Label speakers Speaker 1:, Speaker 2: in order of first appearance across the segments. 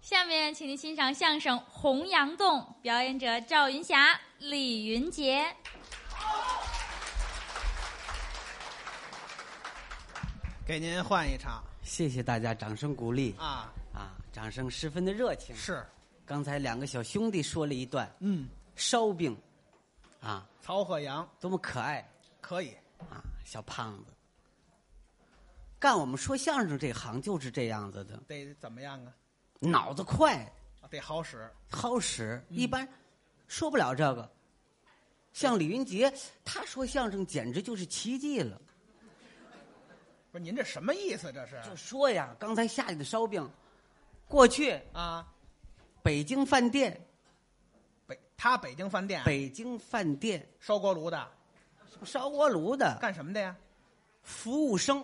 Speaker 1: 下面，请您欣赏相声《洪阳洞》，表演者赵云霞、李云杰。
Speaker 2: 给您换一场
Speaker 3: 谢谢大家，掌声鼓励
Speaker 2: 啊，
Speaker 3: 啊！掌声十分的热情。
Speaker 2: 是，
Speaker 3: 刚才两个小兄弟说了一段
Speaker 2: 嗯，
Speaker 3: 烧饼，啊，
Speaker 2: 曹鹤阳
Speaker 3: 多么可爱
Speaker 2: 可以，
Speaker 3: 啊，小胖子。干我们说相声这行就是这样子的，
Speaker 2: 得怎么样啊？
Speaker 3: 脑子快，
Speaker 2: 得好使，
Speaker 3: 好使，一般说不了这个。像李云杰，他说相声简直就是奇迹了。
Speaker 2: 不是您这什么意思？这是
Speaker 3: 就说呀，刚才下去的烧饼，过去
Speaker 2: 啊，
Speaker 3: 北京饭店，
Speaker 2: 北他北京饭店啊
Speaker 3: 北京饭店
Speaker 2: 烧锅炉的，
Speaker 3: 烧锅炉的
Speaker 2: 干什么的呀？
Speaker 3: 服务生，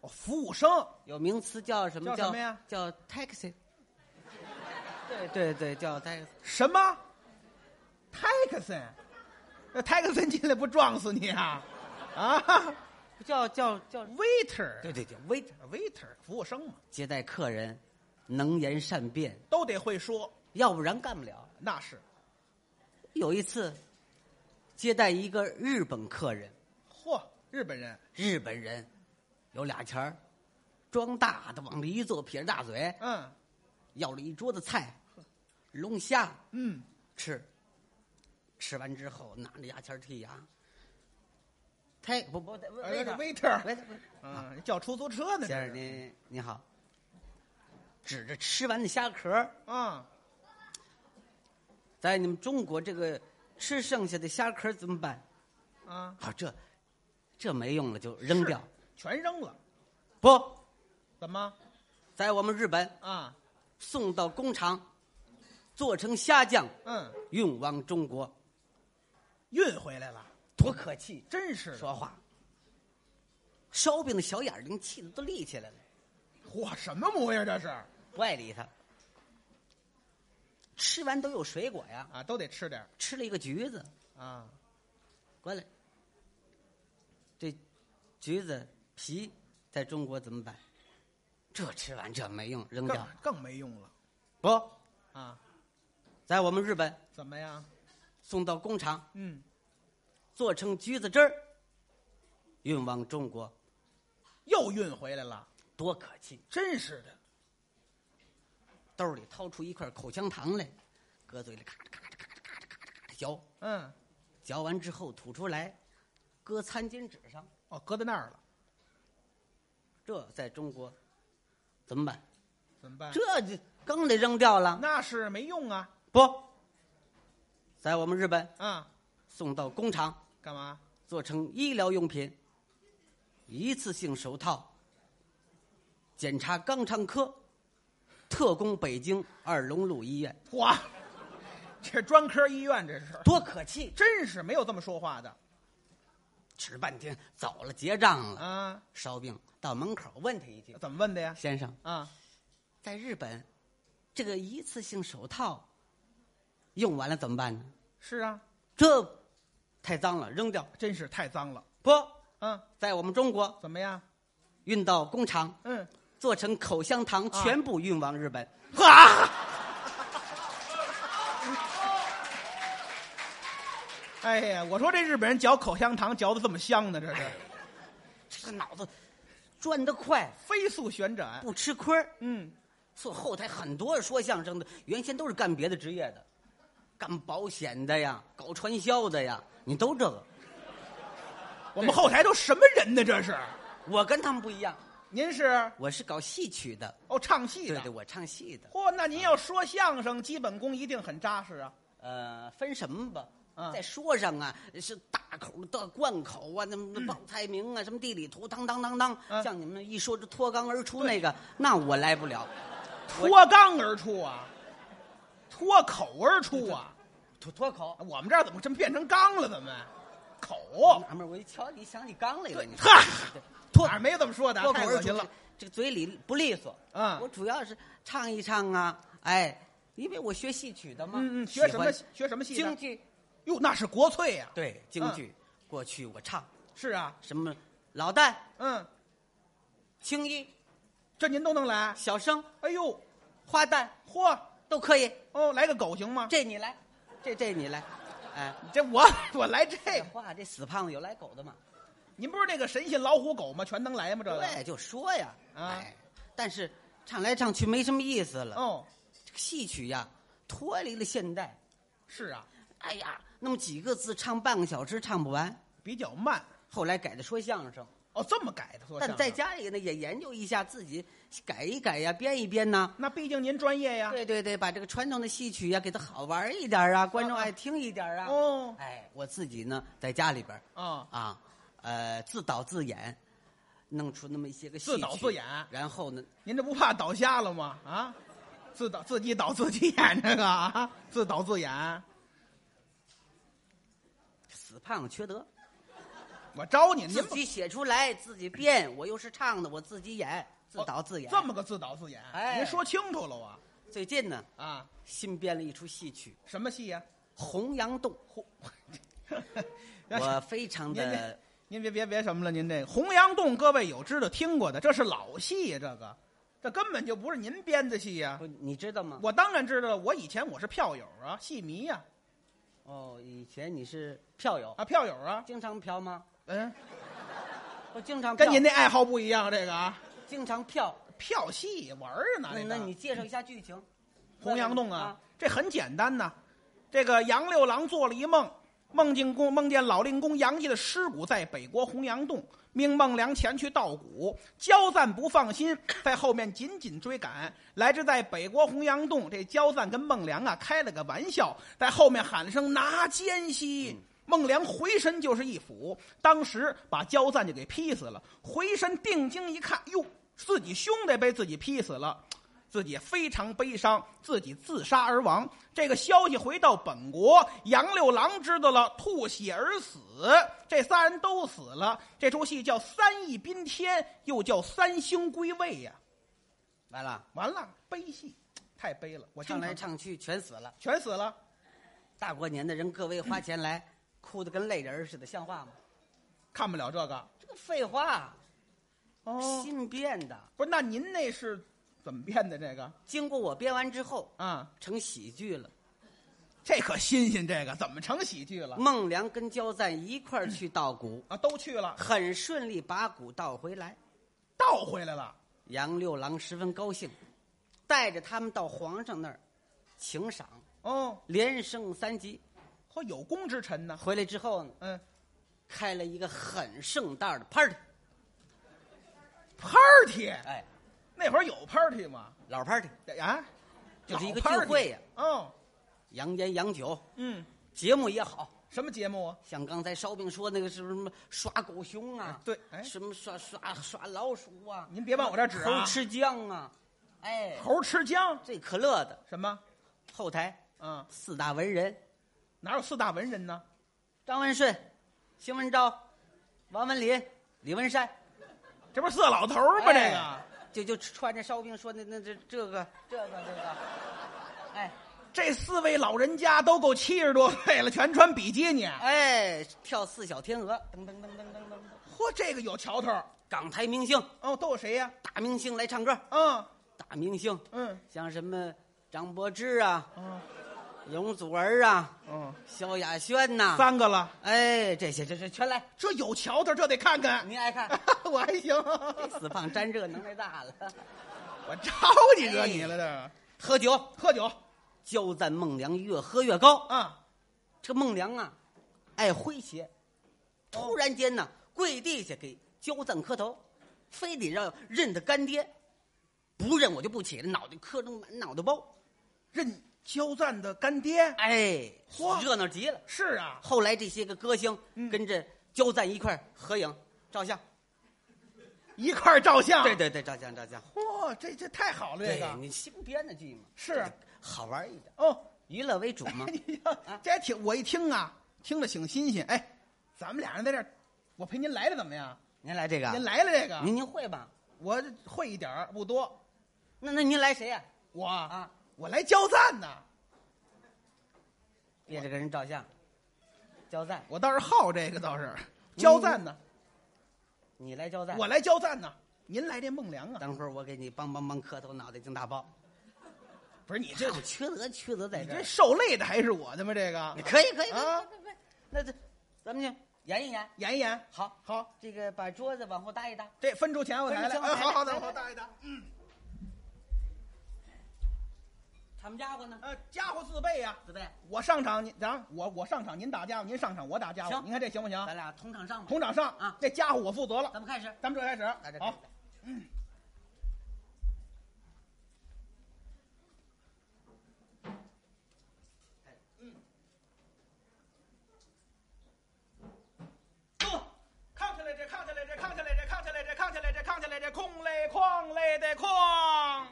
Speaker 2: 哦，服务生
Speaker 3: 有名词叫什么？
Speaker 2: 叫什么呀
Speaker 3: 叫 taxi。对对对，叫 taxi。
Speaker 2: 什么？泰克森，那泰克森进来不撞死你啊？啊
Speaker 3: 叫叫叫。对
Speaker 2: ，waiter，waiter，
Speaker 3: 对对，wait，
Speaker 2: 服务生嘛，
Speaker 3: 接待客人，能言善辩，
Speaker 2: 都得会说，
Speaker 3: 要不然干不了。
Speaker 2: 那是，
Speaker 3: 有一次，接待一个日本客人，
Speaker 2: 嚯，日本人，
Speaker 3: 日本人，有俩钱儿，装大的往里一坐，撇着大嘴，
Speaker 2: 嗯
Speaker 3: 要了一桌子菜，龙虾
Speaker 2: 嗯，
Speaker 3: 吃，吃完之后拿着牙签儿剔牙。太不不
Speaker 2: 哎
Speaker 3: ，waiter
Speaker 2: ，waiter，
Speaker 3: waiter，啊
Speaker 2: 嗯，叫出租车呢，这
Speaker 3: 先生
Speaker 2: 是
Speaker 3: 您您好，指着吃完的虾壳儿，
Speaker 2: 啊。
Speaker 3: 在你们中国这个吃剩下的虾壳儿怎么办？
Speaker 2: 啊，
Speaker 3: 好，这这没用了，就扔掉。
Speaker 2: 全扔了，
Speaker 3: 不
Speaker 2: 怎么
Speaker 3: 在我们日本
Speaker 2: 啊？
Speaker 3: 送到工厂，做成虾酱，
Speaker 2: 嗯，
Speaker 3: 运往中国，
Speaker 2: 运回来了，
Speaker 3: 多可气！
Speaker 2: 真是的。
Speaker 3: 说话，烧饼的小眼睛气得都立起来了，
Speaker 2: 嚯，什么模样这是啊？
Speaker 3: 不爱理他。吃完都有水果呀，
Speaker 2: 啊都得吃点儿
Speaker 3: 吃了一个橘子，
Speaker 2: 啊。
Speaker 3: 过来，这橘子皮在中国怎么办？这吃完这没用，扔掉
Speaker 2: 更。更没用了
Speaker 3: 不
Speaker 2: 啊？
Speaker 3: 在我们日本
Speaker 2: 怎么样？
Speaker 3: 送到工厂，
Speaker 2: 嗯，
Speaker 3: 做成橘子汁儿，运往中国，
Speaker 2: 又运回来了，
Speaker 3: 多可气！
Speaker 2: 真是的。
Speaker 3: 兜里掏出一块口香糖来，搁嘴里咔嚓咔嚓咔嚓咔嚓咔嚓咔嚓嚼，
Speaker 2: 嗯，
Speaker 3: 嚼完之后吐出来，搁餐巾纸上。
Speaker 2: 哦，搁在那儿了，
Speaker 3: 这在中国怎么办？
Speaker 2: 怎么办？
Speaker 3: 这就更得扔掉了。
Speaker 2: 那是没用啊
Speaker 3: 不，在我们日本
Speaker 2: 啊！
Speaker 3: 送到工厂，
Speaker 2: 干嘛？
Speaker 3: 做成医疗用品，一次性手套，检查肛肠科，特供北京二龙路医院，
Speaker 2: 嚯， 这专科医院这是，
Speaker 3: 多可气！
Speaker 2: 真是没有这么说话的
Speaker 3: 吃半天，走了结账了，
Speaker 2: 啊？
Speaker 3: 烧饼到门口问他一句
Speaker 2: 怎么问的呀：“？
Speaker 3: 先生，
Speaker 2: 啊，
Speaker 3: 在日本，这个一次性手套用完了怎么办呢？
Speaker 2: 是啊，
Speaker 3: 这太脏了，扔掉。
Speaker 2: 真是太脏了。
Speaker 3: 不
Speaker 2: 嗯，
Speaker 3: 在我们中国
Speaker 2: 怎么样？
Speaker 3: 运到工厂，
Speaker 2: 嗯，
Speaker 3: 做成口香糖，
Speaker 2: 啊
Speaker 3: 全部运往日本。
Speaker 2: 啊！哎呀，我说这日本人嚼口香糖嚼的这么香呢，这
Speaker 3: 哎
Speaker 2: 是
Speaker 3: 这个脑子转得快，
Speaker 2: 飞速旋转。
Speaker 3: 不吃亏儿。
Speaker 2: 嗯，
Speaker 3: 所以后台很多说相声的，原先都是干别的职业的，干保险的呀，搞传销的呀，你都这个。
Speaker 2: 我们后台都什么人呢？这是，
Speaker 3: 我跟他们不一样，
Speaker 2: 您是
Speaker 3: 我是搞戏曲的，
Speaker 2: 哦唱戏
Speaker 3: 对
Speaker 2: 的
Speaker 3: 对，。我唱戏的。
Speaker 2: 嚯、那您要说相声，基本功一定很扎实啊。
Speaker 3: 呃，分什么吧？
Speaker 2: 啊
Speaker 3: 在说上啊，是大口的贯口啊，那么报菜名啊，什么地理图，当当当当，
Speaker 2: 嗯
Speaker 3: 像你们一说就脱肛而出那个，那我来不了，
Speaker 2: 脱肛而出啊，脱口而出啊。
Speaker 3: 脱脱口。
Speaker 2: 我们这儿怎么真变成肛了？怎么口？
Speaker 3: 纳闷儿，哦我一瞧，你想起肛来了，你
Speaker 2: 哈，
Speaker 3: 脱
Speaker 2: 哪儿没有这么说的啊？
Speaker 3: 脱
Speaker 2: 太
Speaker 3: 口而
Speaker 2: 恶
Speaker 3: 出
Speaker 2: 心了。，
Speaker 3: 这个嘴里不利索。
Speaker 2: 嗯
Speaker 3: 我主要是唱一唱啊，哎，因为我学戏曲的嘛，
Speaker 2: 嗯嗯，学什么
Speaker 3: 喜欢
Speaker 2: 学什么戏呢
Speaker 3: 京？剧？
Speaker 2: 哟，那是国粹呀、
Speaker 3: 对，京剧。过去我唱
Speaker 2: 是啊，
Speaker 3: 什么老旦、
Speaker 2: 嗯，
Speaker 3: 青衣、
Speaker 2: 这您都能来？
Speaker 3: 小生、
Speaker 2: 哎呦，
Speaker 3: 花旦
Speaker 2: 嚯，
Speaker 3: 都可以。
Speaker 2: 哦，来个狗行吗？
Speaker 3: 这你来，这这你来，哎，
Speaker 2: 这我我来 这
Speaker 3: 这
Speaker 2: 个，
Speaker 3: 话这死胖子有来狗的吗？
Speaker 2: 您不是那个神仙老虎狗吗？全能来吗？这个
Speaker 3: 对，就说呀，
Speaker 2: 啊
Speaker 3: 哎，但是唱来唱去没什么意思了。
Speaker 2: 哦，
Speaker 3: 这个戏曲呀，脱离了现代，
Speaker 2: 是啊，
Speaker 3: 哎呀，那么几个字唱半个小时唱不完，
Speaker 2: 比较慢。
Speaker 3: 后来改的说相声。
Speaker 2: 哦，这么改的说相
Speaker 3: 但
Speaker 2: 声，
Speaker 3: 在家里呢，也研究一下自己改一改呀，编一编呐。
Speaker 2: 那毕竟您专业呀。
Speaker 3: 对对对，把这个传统的戏曲呀，给它好玩一点啊，观众爱听一点啊。
Speaker 2: 哦
Speaker 3: 哎，我自己呢，在家里边儿
Speaker 2: 啊，
Speaker 3: 啊，呃，自导自演，弄出那么一些个戏
Speaker 2: 自导
Speaker 3: 曲
Speaker 2: 自演
Speaker 3: 然后呢，
Speaker 2: 您这不怕倒瞎了吗？啊，自导自己导自己演这个啊，自导自演，
Speaker 3: 死胖子缺德，
Speaker 2: 我招您，您
Speaker 3: 自
Speaker 2: 不
Speaker 3: 己写出来，自己编，我又是唱的，我自己演，自导自演。
Speaker 2: 哦这么个自导自演，
Speaker 3: 哎
Speaker 2: 您说清楚了啊
Speaker 3: 最近呢，
Speaker 2: 啊，
Speaker 3: 新编了一出戏曲
Speaker 2: 什么戏呀、
Speaker 3: 《洪阳洞》， 我非常
Speaker 2: 您
Speaker 3: 的
Speaker 2: 您您别别别什么了，您这个《洪阳洞》，各位有知道听过的，这是老戏呀、这个这根本就不是您编的戏呀、
Speaker 3: 不，你知道吗？
Speaker 2: 我当然知道了，我以前我是票友啊，戏迷呀
Speaker 3: 哦，以前你是票友
Speaker 2: 啊，，票友啊，
Speaker 3: 经常嫖吗？
Speaker 2: 嗯，
Speaker 3: 我经常
Speaker 2: 跟
Speaker 3: 嫖
Speaker 2: 您那爱好不一样，这个啊，
Speaker 3: 经常票。
Speaker 2: 票戏玩儿呢，
Speaker 3: 那
Speaker 2: 这个
Speaker 3: 那你介绍一下剧情？
Speaker 2: 洪阳洞啊，这很简单呐、这个杨六郎做了一梦，梦境公梦见老令公杨继的尸骨在北国洪阳洞，命孟良前去盗骨，焦赞不放心，在后面紧紧追赶。来至在北国洪阳洞，这焦赞跟孟良啊开了个玩笑，在后面喊了声拿奸细。孟良回身就是一斧，当时把焦赞就给劈死了。回身定睛一看，哟，自己兄弟被自己劈死了，自己非常悲伤，自己自杀而亡。这个消息回到本国，杨六郎知道了，吐血而死。这仨人都死了。这出戏叫《三义宾天》，又叫《三星归位》呀。
Speaker 3: 完了，
Speaker 2: 完了，悲戏，太悲了。我
Speaker 3: 唱
Speaker 2: 经
Speaker 3: 来
Speaker 2: 常
Speaker 3: 唱去全死了。
Speaker 2: 全死了，
Speaker 3: 大过年的人，各位花钱来，哭得跟泪人似的，像话吗？
Speaker 2: 看不了这个。
Speaker 3: 这个废话，
Speaker 2: 哦，
Speaker 3: 新编的。
Speaker 2: 不是，那您那是怎么编的这个
Speaker 3: 经过我编完之后，
Speaker 2: 啊？
Speaker 3: 成喜剧了。
Speaker 2: 这可新鲜，这个怎么成喜剧了
Speaker 3: 孟良跟焦赞一块儿去盗鼓，
Speaker 2: 啊？都去了，
Speaker 3: 很顺利把鼓盗回来。
Speaker 2: 倒回来了。
Speaker 3: 杨六郎十分高兴，带着他们到皇上那儿请赏，
Speaker 2: 哦，
Speaker 3: 连升三级。
Speaker 2: 嚯，有功之臣呢。
Speaker 3: 回来之后呢，
Speaker 2: 嗯
Speaker 3: 开了一个很盛大的 party，
Speaker 2: ，party。
Speaker 3: 哎，
Speaker 2: 那会儿有 party 吗？
Speaker 3: 老 party，
Speaker 2: 啊，
Speaker 3: 就是一个
Speaker 2: 老 party
Speaker 3: 聚会呀
Speaker 2: 哦，
Speaker 3: 洋烟洋酒，
Speaker 2: 嗯，
Speaker 3: 节目也好，
Speaker 2: 什么节目啊？
Speaker 3: 像刚才烧饼说那个是不是什么耍狗熊啊，
Speaker 2: 对哎
Speaker 3: 什么耍耍耍老鼠啊，
Speaker 2: 您别往我这儿指啊
Speaker 3: 猴吃姜啊，哎，
Speaker 2: 猴吃姜
Speaker 3: 最可乐的
Speaker 2: 什么？
Speaker 3: 后台
Speaker 2: 啊，
Speaker 3: 四大文人
Speaker 2: 哪有四大文人呢？
Speaker 3: 张文顺、邢文昭、王文林、李文山，
Speaker 2: 这不是色老头儿吗？这
Speaker 3: 哎
Speaker 2: 个，
Speaker 3: 就就穿着烧饼说那那这这个这个这个，哎
Speaker 2: 这四位老人家都够七十多岁了，全穿比基尼。
Speaker 3: 哎，跳四小天鹅，噔噔噔噔噔噔噔。
Speaker 2: 嚯，这个有瞧头儿。
Speaker 3: 港台明星、
Speaker 2: 哦，都有谁呀？
Speaker 3: 大明星来唱歌，
Speaker 2: 嗯
Speaker 3: 大明星
Speaker 2: 嗯
Speaker 3: 像什么张柏芝啊、
Speaker 2: 嗯
Speaker 3: 容祖儿啊、
Speaker 2: 嗯，
Speaker 3: 萧亚轩呐、
Speaker 2: 三个了，
Speaker 3: 哎，这些这这全来，
Speaker 2: 这有瞧头儿，这得看看。
Speaker 3: 您爱看，
Speaker 2: 我还行，
Speaker 3: 死胖沾这能耐大了。
Speaker 2: 我招你惹你了这个。
Speaker 3: 喝酒，
Speaker 2: 喝酒
Speaker 3: 焦赞孟良越喝越高，
Speaker 2: 啊，
Speaker 3: 这个孟良啊，爱诙谐，突然间呢跪地下给焦赞磕头，非得让认他干爹，不认我就不起来，脑袋磕成满脑袋包。
Speaker 2: 认焦赞的干爹。
Speaker 3: 哎，
Speaker 2: 嚯
Speaker 3: 热闹极了。
Speaker 2: 是啊，
Speaker 3: 后来这些个歌星
Speaker 2: 嗯
Speaker 3: 跟着焦赞一块儿合影照相，
Speaker 2: 一块儿照相。
Speaker 3: 对对对，照相照相。
Speaker 2: 嚯，这这太好了，这
Speaker 3: 对
Speaker 2: 个
Speaker 3: 你新编的剧嘛，
Speaker 2: 是
Speaker 3: 好玩一点，
Speaker 2: 哦，哎
Speaker 3: 娱乐为主 嘛。
Speaker 2: 这还挺我一听啊，听着挺新鲜。哎，咱们俩人在这儿，我陪您来了怎么样？
Speaker 3: 您来这个啊，
Speaker 2: 您来了这个，
Speaker 3: 您您会吧？
Speaker 2: 我会一点儿不多，
Speaker 3: 那那您来谁呀？
Speaker 2: 我
Speaker 3: 啊，
Speaker 2: 我来焦赞呢，
Speaker 3: 别着跟人照相，焦赞，
Speaker 2: 我倒是好这个倒是焦赞呢，
Speaker 3: 你来焦赞，
Speaker 2: 我来焦赞呢，您来这孟良啊，
Speaker 3: 等会儿我给你梆梆梆磕头，脑袋顶大包。
Speaker 2: 不是你这
Speaker 3: 我缺德，缺德在
Speaker 2: 你
Speaker 3: 这
Speaker 2: 这
Speaker 3: 儿。
Speaker 2: 受累的还是我的吗？这个
Speaker 3: 可以可以可以
Speaker 2: 啊，
Speaker 3: 那这咱们去演一演。
Speaker 2: 演一演，
Speaker 3: 好，
Speaker 2: 好，
Speaker 3: 这个把桌子往后搭一搭。
Speaker 2: 这分出前后台
Speaker 3: 分
Speaker 2: 来，
Speaker 3: 出前后
Speaker 2: 哎，
Speaker 3: 台
Speaker 2: 好好
Speaker 3: 来
Speaker 2: 的，
Speaker 3: 来
Speaker 2: 好
Speaker 3: 来
Speaker 2: 大一大。
Speaker 3: 他们家伙呢？
Speaker 2: 呃，家伙自备呀、
Speaker 3: 子贝，
Speaker 2: 我上场，您然后我我上场，您打家伙，您上场我打家伙，
Speaker 3: 行
Speaker 2: 您看这行不行？
Speaker 3: 咱俩同场上吧。
Speaker 2: 同场上
Speaker 3: 啊
Speaker 2: 这家伙我负责了，
Speaker 3: 咱们开始。
Speaker 2: 咱们这开
Speaker 3: 来
Speaker 2: 始，
Speaker 3: 这
Speaker 2: 好，，嗯走，扛起来这，扛起来这，扛起来这，扛起来这，扛起来这，扛起来这，空嘞，哐嘞的哐，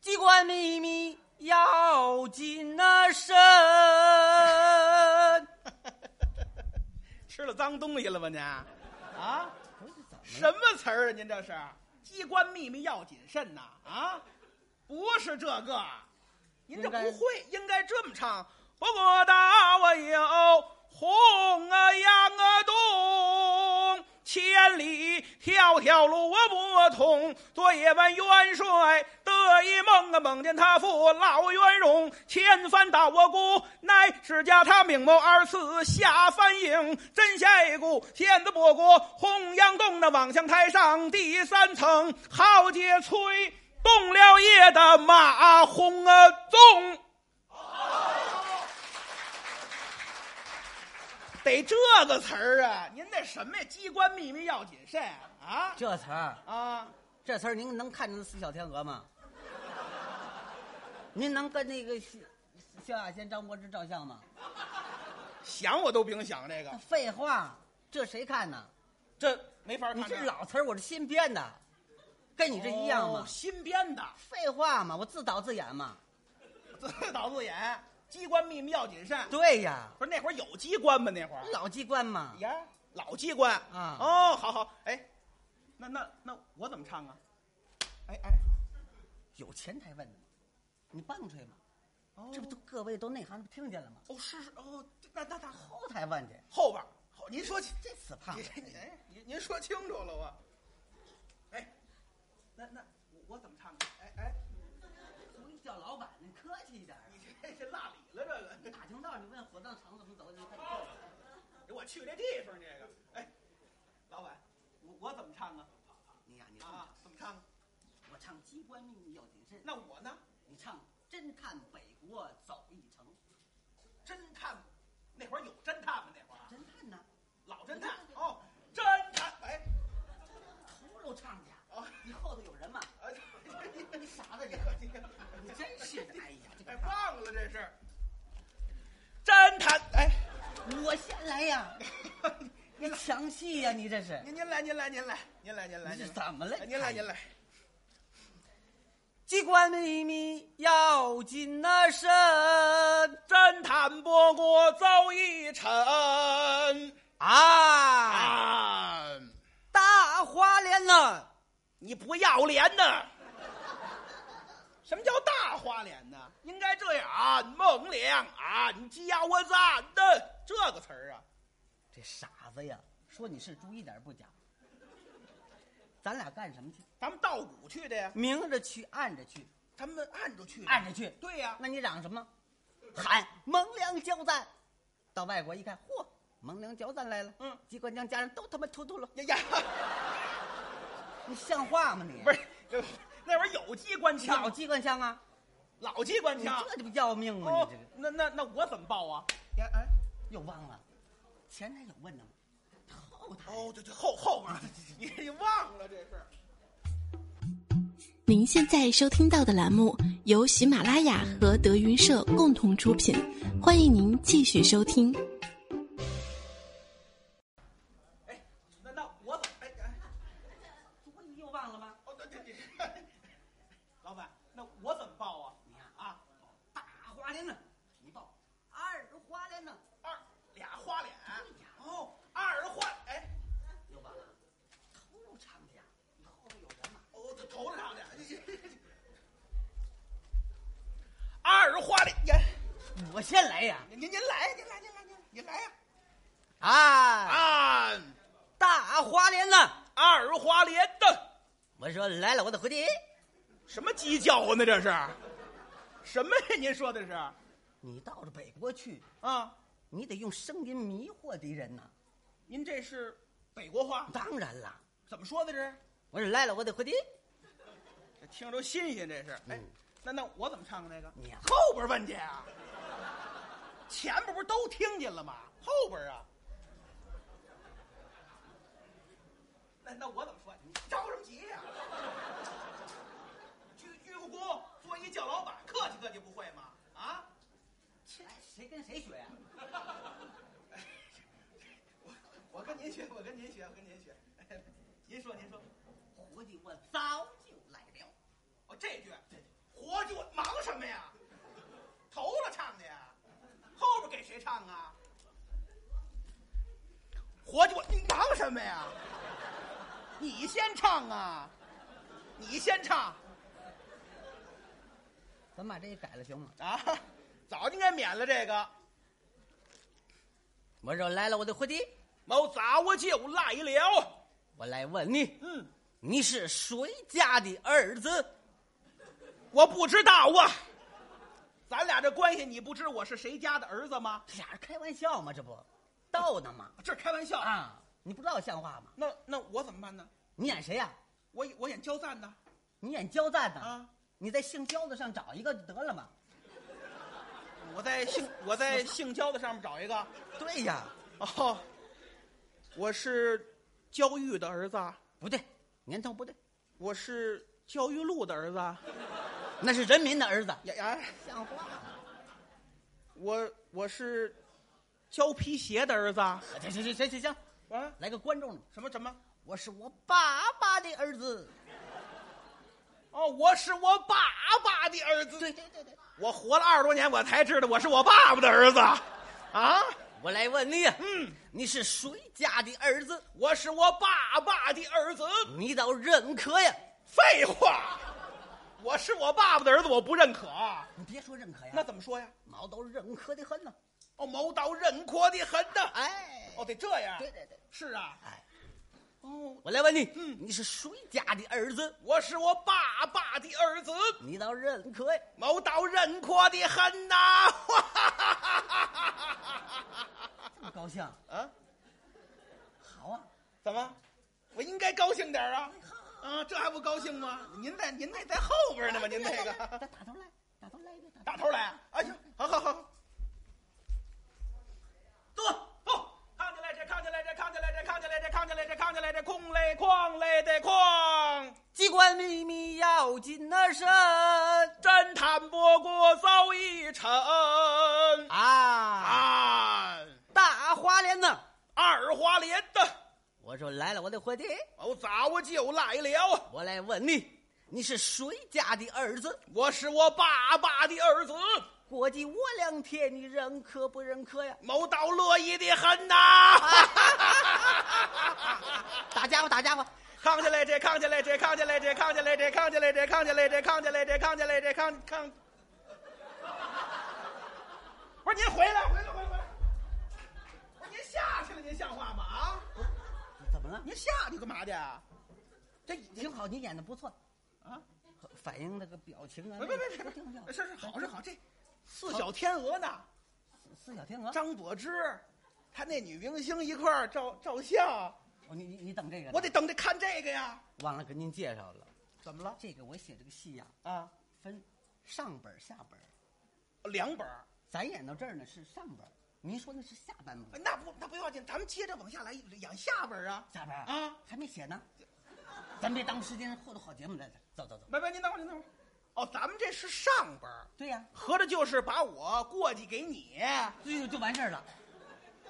Speaker 3: 机关秘密要谨那慎。
Speaker 2: 吃了脏东西了吧您？啊，
Speaker 3: 不是怎么
Speaker 2: 什么词儿啊？您这是机关秘密要谨慎呐！啊，不是这个，您这
Speaker 3: 应
Speaker 2: 不
Speaker 3: 该
Speaker 2: 会，应该这么唱：我我大我有红啊羊啊东，千里迢迢路我不通。昨夜晚元帅得一梦啊，梦见他父老元荣，前番到我姑，乃是家他命谋二次下翻营，真下一股现子伯国洪阳洞的望乡台上第三层，豪杰催动了夜的马红啊纵。得这个词儿啊！您那什么呀？机关秘密要谨慎啊
Speaker 3: 这词儿，
Speaker 2: 啊！
Speaker 3: 这词儿您能看见四小天鹅吗？您能跟那个萧萧亚轩、张柏芝照相吗？啊
Speaker 2: 想我都甭想这个，
Speaker 3: 废话，这谁看呢？
Speaker 2: 这没法
Speaker 3: 你
Speaker 2: 看。
Speaker 3: 这是老词儿，我是新编的，跟你这一样吗
Speaker 2: 哦？新编的，
Speaker 3: 废话嘛，我自导自演嘛。
Speaker 2: 自导自演，机关秘密要谨慎。
Speaker 3: 对呀，
Speaker 2: 不是那会儿有机关吗？那会儿
Speaker 3: 老机关嘛。
Speaker 2: 呀，老机关
Speaker 3: 啊
Speaker 2: 哦，好好，哎，那那那我怎么唱啊？哎哎，
Speaker 3: 有前台问的吗？你棒槌吗？
Speaker 2: 哦
Speaker 3: 这不都各位都内行，这不听见了吗？
Speaker 2: 哦是是哦，那那那后
Speaker 3: 后台问去，哎
Speaker 2: 后边儿，后您说清，
Speaker 3: 这死胖
Speaker 2: 您
Speaker 3: 子！
Speaker 2: 您您您说清楚了我。哎，那那我我怎么唱啊？哎哎，
Speaker 3: 我给你叫老板，你客气一点啊。
Speaker 2: 你这是落里了这个。
Speaker 3: 你打听道，你问火葬场怎么走，你看你
Speaker 2: 我去这地方，这个，哎，老板，我我怎么唱啊？
Speaker 3: 你呀，你这么
Speaker 2: 啊，怎么唱啊？
Speaker 3: 唱我唱机关秘密要谨慎，
Speaker 2: 那我呢？
Speaker 3: 你唱侦探北国走一程，
Speaker 2: 侦探，那会儿有侦探吗？那会儿
Speaker 3: 侦探呢？
Speaker 2: 老侦探哦，侦探，哎，
Speaker 3: 葫芦唱去
Speaker 2: 哦，
Speaker 3: 你后头有人吗？
Speaker 2: 哎，
Speaker 3: 你 傻子你，你真是的，哎呀，这
Speaker 2: 哎，
Speaker 3: 个
Speaker 2: 忘了这是侦探，哎，
Speaker 3: 我先来呀，你抢戏呀，你这是，
Speaker 2: 您您来，您来，您来，您来，您来，
Speaker 3: 你这
Speaker 2: 您来，
Speaker 3: 怎么了？
Speaker 2: 您来，您来，
Speaker 3: 机关秘密要谨那慎，
Speaker 2: 侦探不过走一程
Speaker 3: 啊，
Speaker 2: 啊，
Speaker 3: 大花脸呢？
Speaker 2: 你不要脸呐！什么叫大花脸呢？应该这样啊，孟良啊，你叫我咱的这个词儿啊，
Speaker 3: 这傻子呀，说你是猪一点儿不假。咱俩干什么去？
Speaker 2: 咱们稻谷去的呀，
Speaker 3: 明着去，暗着去，
Speaker 2: 咱们按着去的，
Speaker 3: 暗着去。
Speaker 2: 对呀、
Speaker 3: 那你嚷什么？喊蒙良交战。到外国一看，嚯，蒙良交战来了。
Speaker 2: 嗯，
Speaker 3: 机关枪家人都他妈突突了，
Speaker 2: 呀呀，
Speaker 3: 你像话吗你？
Speaker 2: 不是，这那会儿有机关
Speaker 3: 老
Speaker 2: 枪，
Speaker 3: 机关枪啊，
Speaker 2: 老机关
Speaker 3: 你
Speaker 2: 枪。
Speaker 3: 这就不要命吗？
Speaker 2: 哦
Speaker 3: 你这
Speaker 2: 那
Speaker 3: 个，
Speaker 2: 那那我怎么报啊？
Speaker 3: 呀哎，又忘了，前台有问的吗？后台
Speaker 2: 哦，这这后后面儿，你你忘了这是。
Speaker 4: 您现在收听到的栏目由喜马拉雅和德云社共同出品，欢迎您继续收听。
Speaker 2: 哎，那那我怎么？哎哎，
Speaker 3: 你又忘了吗？
Speaker 2: 哦，对对对， 老板，那我怎么报啊？
Speaker 3: 你呀、
Speaker 2: 啊，
Speaker 3: 大花脸呢？你报二花脸呢？
Speaker 2: 二俩花脸
Speaker 3: 对呀，
Speaker 2: 哦，二花哎，
Speaker 3: 又忘了，头颅长的呀，你后头有人吗？
Speaker 2: 我这哦头上的，二花脸，您
Speaker 3: 我先来呀！
Speaker 2: 您您来，您来，您来，您来您来呀！
Speaker 3: 啊，
Speaker 2: 啊，
Speaker 3: 大花脸呢？
Speaker 2: 二花脸的
Speaker 3: 我说来了，我得回去。
Speaker 2: 啊什么鸡叫唤呢？这是什么呀？您说的是
Speaker 3: 你到了北国去，
Speaker 2: 啊？
Speaker 3: 你得用声音迷惑敌人呐。
Speaker 2: 您这是北国话，
Speaker 3: 当然啦，
Speaker 2: 怎么说的这？
Speaker 3: 我说来了，我得回的。
Speaker 2: 这听着新鲜，这是。哎，那那我怎么唱的这个？
Speaker 3: 你呀
Speaker 2: 后边问去啊？前边不是都听见了吗？后边啊？那那我怎么说？你着什么急呀、鞠鞠个躬，做一叫老板，客气客气不会吗？啊？
Speaker 3: 切谁跟谁学呀、
Speaker 2: 我我跟您学，我跟您学，我跟您学。哎您说您说，
Speaker 3: 胡的我早就来了。
Speaker 2: 哦这句，活就忙什么呀？头了唱的呀，后边给谁唱啊？活就你忙什么呀？你先唱啊，你先唱
Speaker 3: 咱把这个改了行吗？
Speaker 2: 啊！早就应该免了这个。
Speaker 3: 我说来了，我得回的。
Speaker 2: 我早我就来了，
Speaker 3: 我来问你，
Speaker 2: 嗯，
Speaker 3: 你是谁家的儿子？
Speaker 2: 我不知道啊。咱俩这关系，你不知我是谁家的儿子吗？
Speaker 3: 俩人开玩笑嘛，这不逗呢吗？
Speaker 2: 这开玩笑！
Speaker 3: 啊，你不知道像话吗？
Speaker 2: 那那我怎么办呢？
Speaker 3: 你演谁呀、
Speaker 2: 我我演焦赞呢
Speaker 3: 你演焦赞呢？
Speaker 2: 啊！
Speaker 3: 你在姓焦的上找一个就得了嘛。
Speaker 2: 我在姓我在姓焦的上面找一个
Speaker 3: 对呀，
Speaker 2: 哦，我是焦裕的儿子，
Speaker 3: 不对，年头不对，
Speaker 2: 我是焦裕禄的儿子，
Speaker 3: 那是人民的儿子，
Speaker 2: 呀呀，
Speaker 3: 像话吗？
Speaker 2: 我我是胶皮鞋的儿子啊，
Speaker 3: 行行行行行行，来个观众的，
Speaker 2: 什么什么？
Speaker 3: 我是我爸爸的儿子。
Speaker 2: 哦，我是我爸爸的儿子，
Speaker 3: 对对对对，
Speaker 2: 我活了二十多年，我才知道我是我爸爸的儿子，啊，
Speaker 3: 我来问你，嗯，你是谁家的儿子？
Speaker 2: 我是我爸爸的儿子。
Speaker 3: 你倒认可呀？
Speaker 2: 废话，我是我爸爸的儿子，我不认可啊。
Speaker 3: 你别说认可呀，
Speaker 2: 那怎么说呀？
Speaker 3: 毛都认可的很呢。
Speaker 2: 哦，谋到人阔的很呐。
Speaker 3: 哎，
Speaker 2: 哦，得这样。
Speaker 3: 对对对，
Speaker 2: 是啊。
Speaker 3: 哎，
Speaker 2: 哦，
Speaker 3: 我来问你，
Speaker 2: 嗯
Speaker 3: 你是谁家的儿子？
Speaker 2: 我是我爸爸的儿子，
Speaker 3: 你倒认可呀？
Speaker 2: 谋到人阔的很呐。
Speaker 3: 这么高兴，
Speaker 2: 啊？
Speaker 3: 好啊，
Speaker 2: 怎么？我应该高兴点儿啊？啊，这还不高兴吗？您在您那在后边呢吧？您那
Speaker 3: 来来
Speaker 2: 个
Speaker 3: 打打头来，打头来一个，
Speaker 2: 打
Speaker 3: 打头
Speaker 2: 头来啊？哎呦，好好好。得不？扛起来这，扛起来这，扛起来这，扛起来这，扛起来这，扛起来这，空嘞哐嘞的哐。
Speaker 3: 机关秘密要紧那深
Speaker 2: 侦探不过走一程，
Speaker 3: 啊！
Speaker 2: 俺
Speaker 3: 大花脸呐！
Speaker 2: 二花莲的，
Speaker 3: 我说来了，我得回的。
Speaker 2: 我早就来了，
Speaker 3: 我来问你，你是谁家的儿子？
Speaker 2: 我是我爸爸的儿子，
Speaker 3: 过继我两天，你认可不认可呀？
Speaker 2: 某道乐意的很呐、
Speaker 3: 打家伙，打家伙！
Speaker 2: 扛起来这，扛起来这，扛起来这，扛起来这，扛起来这，扛起来这，扛起来这，扛起来这，扛扛。不是您回来，回来，回来，回来！不是您下去了，您像话吗？啊，
Speaker 3: 怎么了？
Speaker 2: 您下去干嘛去？啊？
Speaker 3: 这挺好，你演的不错，
Speaker 2: 啊
Speaker 3: 反应那个表情啊，
Speaker 2: 别别别
Speaker 3: 那个
Speaker 2: 别
Speaker 3: 挺好
Speaker 2: 别！是是好是好，这四小天鹅呢？
Speaker 3: 四小天鹅。
Speaker 2: 张柏芝，他那女明星一块儿照照相，
Speaker 3: 哦你你你等这个呢，
Speaker 2: 我得等着看这个呀。
Speaker 3: 忘了跟您介绍了，
Speaker 2: 怎么了？
Speaker 3: 这个我写这个戏呀、
Speaker 2: 啊，
Speaker 3: 分上本儿下本儿，
Speaker 2: 两本儿，
Speaker 3: 咱演到这儿呢是上本儿，您说那是下半部。
Speaker 2: 那不那不要紧，咱们接着往下来演下本儿啊。
Speaker 3: 下边儿
Speaker 2: 啊，
Speaker 3: 还没写呢，咱别耽误时间，后头好节目来，走走走。
Speaker 2: 拜拜，您等会儿，您等会儿。哦，咱们这是上本儿，
Speaker 3: 对呀、
Speaker 2: 合着就是把我过继给你
Speaker 3: 就就完事儿了，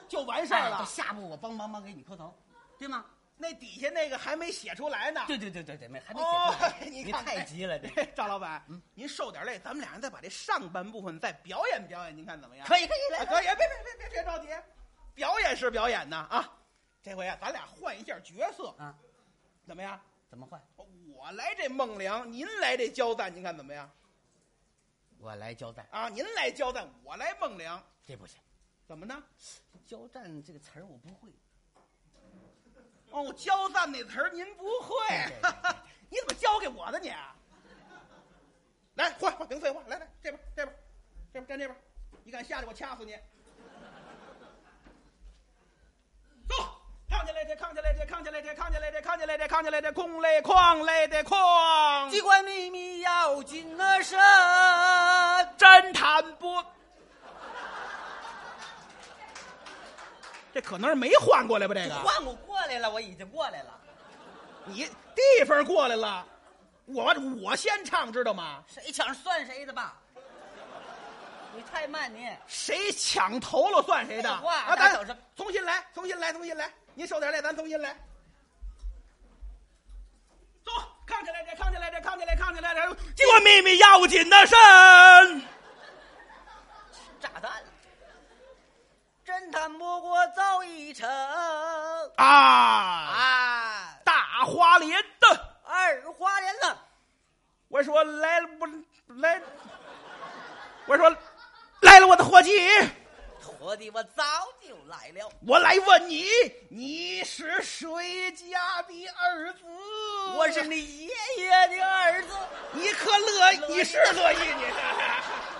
Speaker 2: 就完事儿
Speaker 3: 哎
Speaker 2: 了
Speaker 3: 这。下步我帮帮忙给你磕头，对吗？
Speaker 2: 那底下那个还没写出来呢。
Speaker 3: 对对对对对，没还没写
Speaker 2: 啊哦
Speaker 3: 出来，，
Speaker 2: 你
Speaker 3: 你
Speaker 2: 看
Speaker 3: 太急了，这
Speaker 2: 哎 赵老板，
Speaker 3: 嗯
Speaker 2: 您受点累，咱们俩人再把这上半部分再表演表演，您看怎么样？
Speaker 3: 可以啊可以
Speaker 2: 哎
Speaker 3: 来，
Speaker 2: 可以，别别别别别着急，表演是表演呢啊！这回啊，咱俩换一下角色，
Speaker 3: 啊，
Speaker 2: 怎么样？
Speaker 3: 怎么换？
Speaker 2: 我来这孟良，您来这焦赞，您看怎么样？
Speaker 3: 我来交战，
Speaker 2: 啊，您来焦赞，我来孟良，
Speaker 3: 这不行，
Speaker 2: 怎么呢？
Speaker 3: 交战这个词儿我不会，
Speaker 2: 哦，焦赞那词儿您不会
Speaker 3: 对对对对，
Speaker 2: 你怎么教给我的你？来啊来换换，别废话，来来这边这边，这边站这边，你敢下去我掐死你！走，扛起来这，扛起来这，扛起来这，扛起来这，扛起来这，扛起来这，空嘞哐嘞的哐，
Speaker 3: 机关秘密要紧了身，
Speaker 2: 侦探不。这可能是没换过来吧？这个
Speaker 3: 换我过来了，我已经过来了。
Speaker 2: 你地方过来了，我我先唱，知道吗？
Speaker 3: 谁抢算谁的吧？你太慢你，
Speaker 2: 谁抢头了算谁的。
Speaker 3: 废话
Speaker 2: 啊，
Speaker 3: 大
Speaker 2: 咱
Speaker 3: 小声
Speaker 2: 重新来，重新来，重新来。您受点累，咱重新来。走，扛起来这，扛起来这，扛起来，扛起来这。机关秘密要紧的身，
Speaker 3: 炸弹了。侦探不过造一城
Speaker 2: 啊，
Speaker 3: 啊，
Speaker 2: 大花脸的。
Speaker 3: 二花莲呢？
Speaker 2: 我说来了不来？我说来了，我的伙计，
Speaker 3: 徒弟，我早就来了。
Speaker 2: 我来问你，你是谁家的儿子？
Speaker 3: 我是你爷爷的儿子，
Speaker 2: 你可乐，
Speaker 3: 乐意
Speaker 2: 你是乐意你。